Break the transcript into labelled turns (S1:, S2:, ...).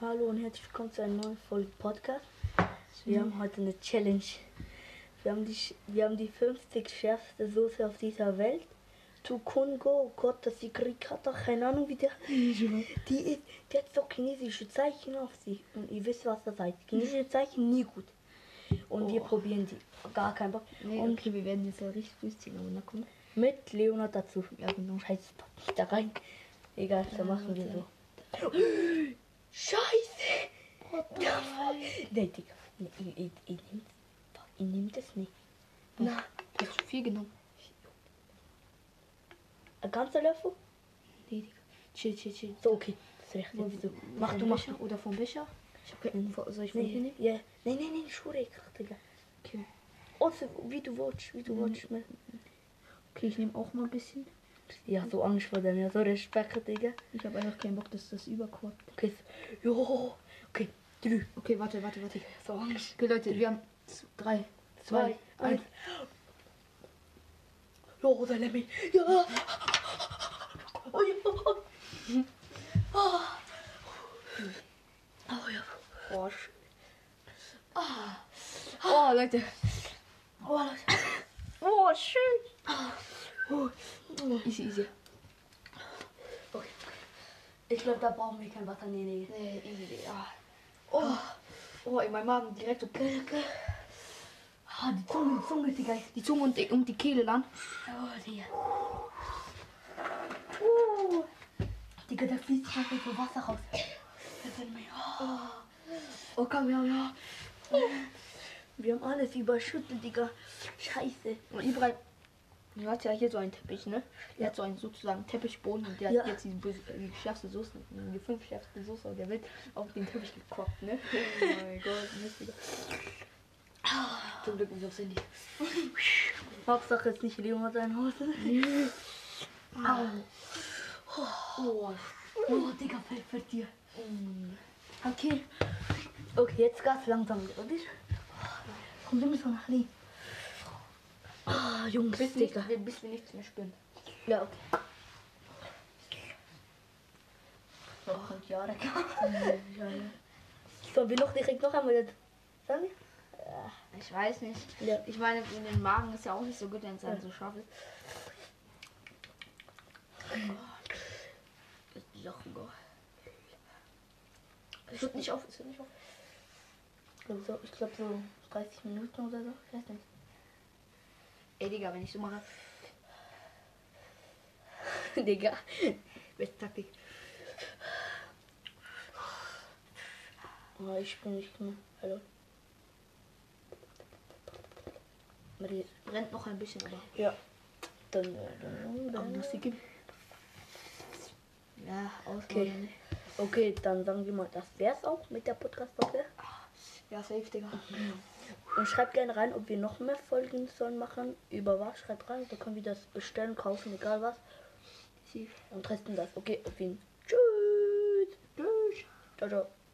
S1: Hallo und herzlich willkommen zu einer neuen Folge Podcast. Wir haben heute eine Challenge. Wir haben die, Sch- wir haben die 50 schärfste Soße auf dieser Welt. Zu Kongo, oh Gott, das ist Ricotta, keine Ahnung wie der. Die, ist, die hat so chinesische Zeichen auf sich. Und ihr wisst, was das heißt. Chinesische Zeichen nie gut. Und wir
S2: Oh.
S1: probieren die. Gar kein Bock.
S2: Nee,
S1: und
S2: okay, wir werden jetzt ja richtig durchziehen, aber na komm.
S1: mit Leonard dazu.
S2: Ja, genau.
S1: Scheiße, pack ich da rein. Egal, dann machen wir so. Scheiße! Nee, Digga. Nee, ihr, ihr, ihr, nehmt, fuck, ihr nehmt es nicht.
S2: Na, du hast schon viel genommen.
S1: Ein ganzer Löffel?
S2: Nee, Digga. Chill, chill, chill.
S1: So, okay. Das ist recht. Jetzt so. Mach
S2: Vom
S1: du, mach
S2: Becher
S1: du.
S2: Oder vom Becher? Ich hab keinen. Vor- Soll ich von
S1: Nee,
S2: hier nehmen?
S1: ja. nee, nee, nee, Schuhe, ich krieg, Digga.
S2: Okay.
S1: Also, Oh, wie du willst, wie du willst. mit-
S2: Okay, ich nehme auch mal ein bisschen.
S1: Ja, so Angst vor deiner, so Respekt, Digga.
S2: Ich habe einfach keinen Bock, dass das überkorbt.
S1: Okay, so. jo, okay, drei.
S2: Okay, warte, warte, warte.
S1: So Angst.
S2: Okay, Leute, wir haben z- drei,
S1: Zwei, eins. Jo, der Lemmy. Ja. Oh, ja. Oh, Ah. oh ja. Oh, sch-
S2: Oh, Leute.
S1: oh, Leute. oh schön.
S2: Oh. Easy, easy.
S1: Okay. Ich glaube, da brauchen wir kein Wasser. Nee, Ah. nee.
S2: Nee, easy, ja. Oh, oh, in meinem Magen direkt so.
S1: Ah, die Zunge, die Zunge, Digga.
S2: Die Zunge und die, und die Kehle lang.
S1: Oh, Digga. Uh. Digga, da fließt gerade so Wasser raus. Das sind mir. Oh.
S2: Oh, komm, ja, ja.
S1: Wir haben alles überschüttet, Digga. Scheiße.
S2: Und Ibrahim, du hast ja hier so einen Teppich, ne? Der hat so einen sozusagen Teppichboden und der
S1: Ja.
S2: hat jetzt die, böse- äh, die schärfste Soße, die fünf schärfste Soße auf der Welt auf den Teppich gekloppt, ne? Oh mein Gott, lustiger. Zum Glück nicht aufs Handy.
S1: Hauptsache ist nicht Leon hat seine Hose. Au.
S2: Oh.
S1: Oh, Digga, fällt für dir. Mm.
S2: Okay.
S1: Okay, jetzt ganz langsam, oder? Komm, wir müssen nach links. Ah, Jungs,
S2: Bis, nicht,
S1: Digga.
S2: bis wir nichts mehr spüren.
S1: Ja, okay. Oh, ja, Digga. Sollen wir noch direkt noch einmal das sagen?
S2: Ich weiß nicht.
S1: Ja.
S2: Ich meine, in den Magen ist ja auch nicht so gut, wenn es dann so scharf ist. Oh. Loch, Gott. Es hört nicht auf, es hört nicht auf.
S1: Ich glaube so, ich glaub, so 30 Minuten oder so. Ich weiß nicht.
S2: Ey, Digga, wenn ich so mache.
S1: Digga.
S2: Beste Taktik.
S1: Oh, ich bin nicht mehr. Hallo. Maria.
S2: Brennt noch ein bisschen, aber.
S1: Ja. Dann, dann,
S2: Aber
S1: dann.
S2: muss die geben. Ja,
S1: Okay.
S2: ausgehen.
S1: Okay, dann sagen wir mal, das wär's auch mit der Podcast-Folge.
S2: Ja, safe, Digga.
S1: Und schreibt gerne rein, ob wir noch mehr Folgen sollen machen. Über was? Schreibt rein, da können wir das bestellen, kaufen, egal was.
S2: Safe.
S1: Und testen das. Okay, auf ihn. Tschüss.
S2: Tschüss.
S1: Ciao, ciao.